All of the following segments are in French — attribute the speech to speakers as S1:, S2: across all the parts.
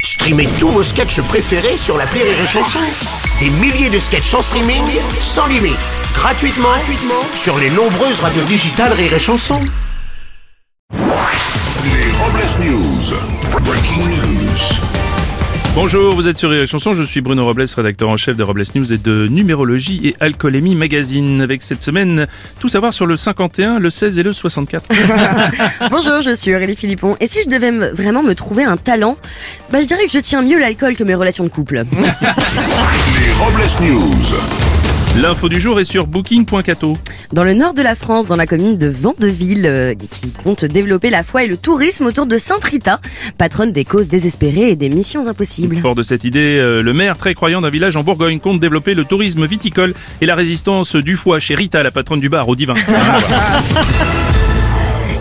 S1: Streamez tous vos sketchs préférés sur la Rire et Chanson. Des milliers de sketchs en streaming, sans limite, gratuitement, gratuitement sur les nombreuses radios digitales Rire et Chanson.
S2: Les Robles News. Breaking news.
S3: Bonjour, vous êtes sur Rire et Chanson, je suis Bruno Robles, rédacteur en chef de Robles News et de Numérologie et Alcoolémie Magazine. Avec cette semaine, tout savoir sur le 51, le 16 et le 64.
S4: Bonjour, je suis Aurélie Philippon. Et si je devais me- vraiment me trouver un talent, bah je dirais que je tiens mieux l'alcool que mes relations de couple.
S2: Les Robles News.
S3: L'info du jour est sur booking.cato.
S4: Dans le nord de la France, dans la commune de Vendeville, euh, qui compte développer la foi et le tourisme autour de Sainte Rita, patronne des causes désespérées et des missions impossibles.
S3: Fort de cette idée, euh, le maire, très croyant d'un village en Bourgogne, compte développer le tourisme viticole et la résistance du foie chez Rita, la patronne du bar au divin.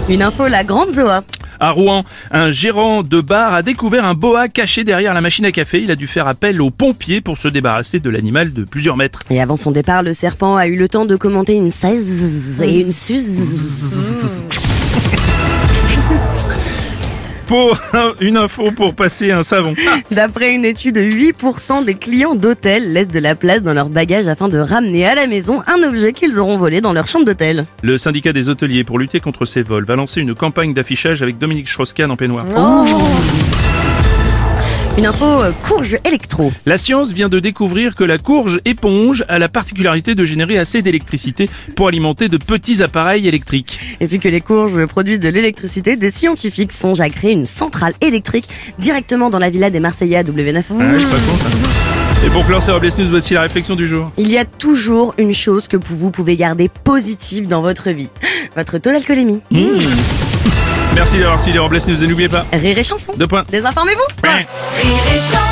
S4: Une info, la grande Zoa.
S3: À Rouen, un gérant de bar a découvert un boa caché derrière la machine à café. Il a dû faire appel aux pompiers pour se débarrasser de l'animal de plusieurs mètres.
S4: Et avant son départ, le serpent a eu le temps de commenter une 16 et une suze.
S3: Pour une info pour passer un savon.
S4: D'après une étude, 8% des clients d'hôtels laissent de la place dans leur bagage afin de ramener à la maison un objet qu'ils auront volé dans leur chambre d'hôtel.
S3: Le syndicat des hôteliers pour lutter contre ces vols va lancer une campagne d'affichage avec Dominique Strauss-Kahn en peignoir.
S4: Oh. Une info euh, courge électro.
S3: La science vient de découvrir que la courge éponge a la particularité de générer assez d'électricité pour alimenter de petits appareils électriques.
S4: Et vu que les courges produisent de l'électricité, des scientifiques songent à créer une centrale électrique directement dans la villa des Marseillais à W9.
S3: Ah Ouais, je suis pas con, ça. Et pour clore ce Robles News, voici la réflexion du jour.
S4: Il y a toujours une chose que vous pouvez garder positive dans votre vie. Votre taux d'alcoolémie.
S3: Merci d'avoir suivi les Robles News et n'oubliez pas,
S4: Rire et chanson.
S3: deux points.
S4: Désinformez-vous.
S3: Ouais.
S5: Rire et chanson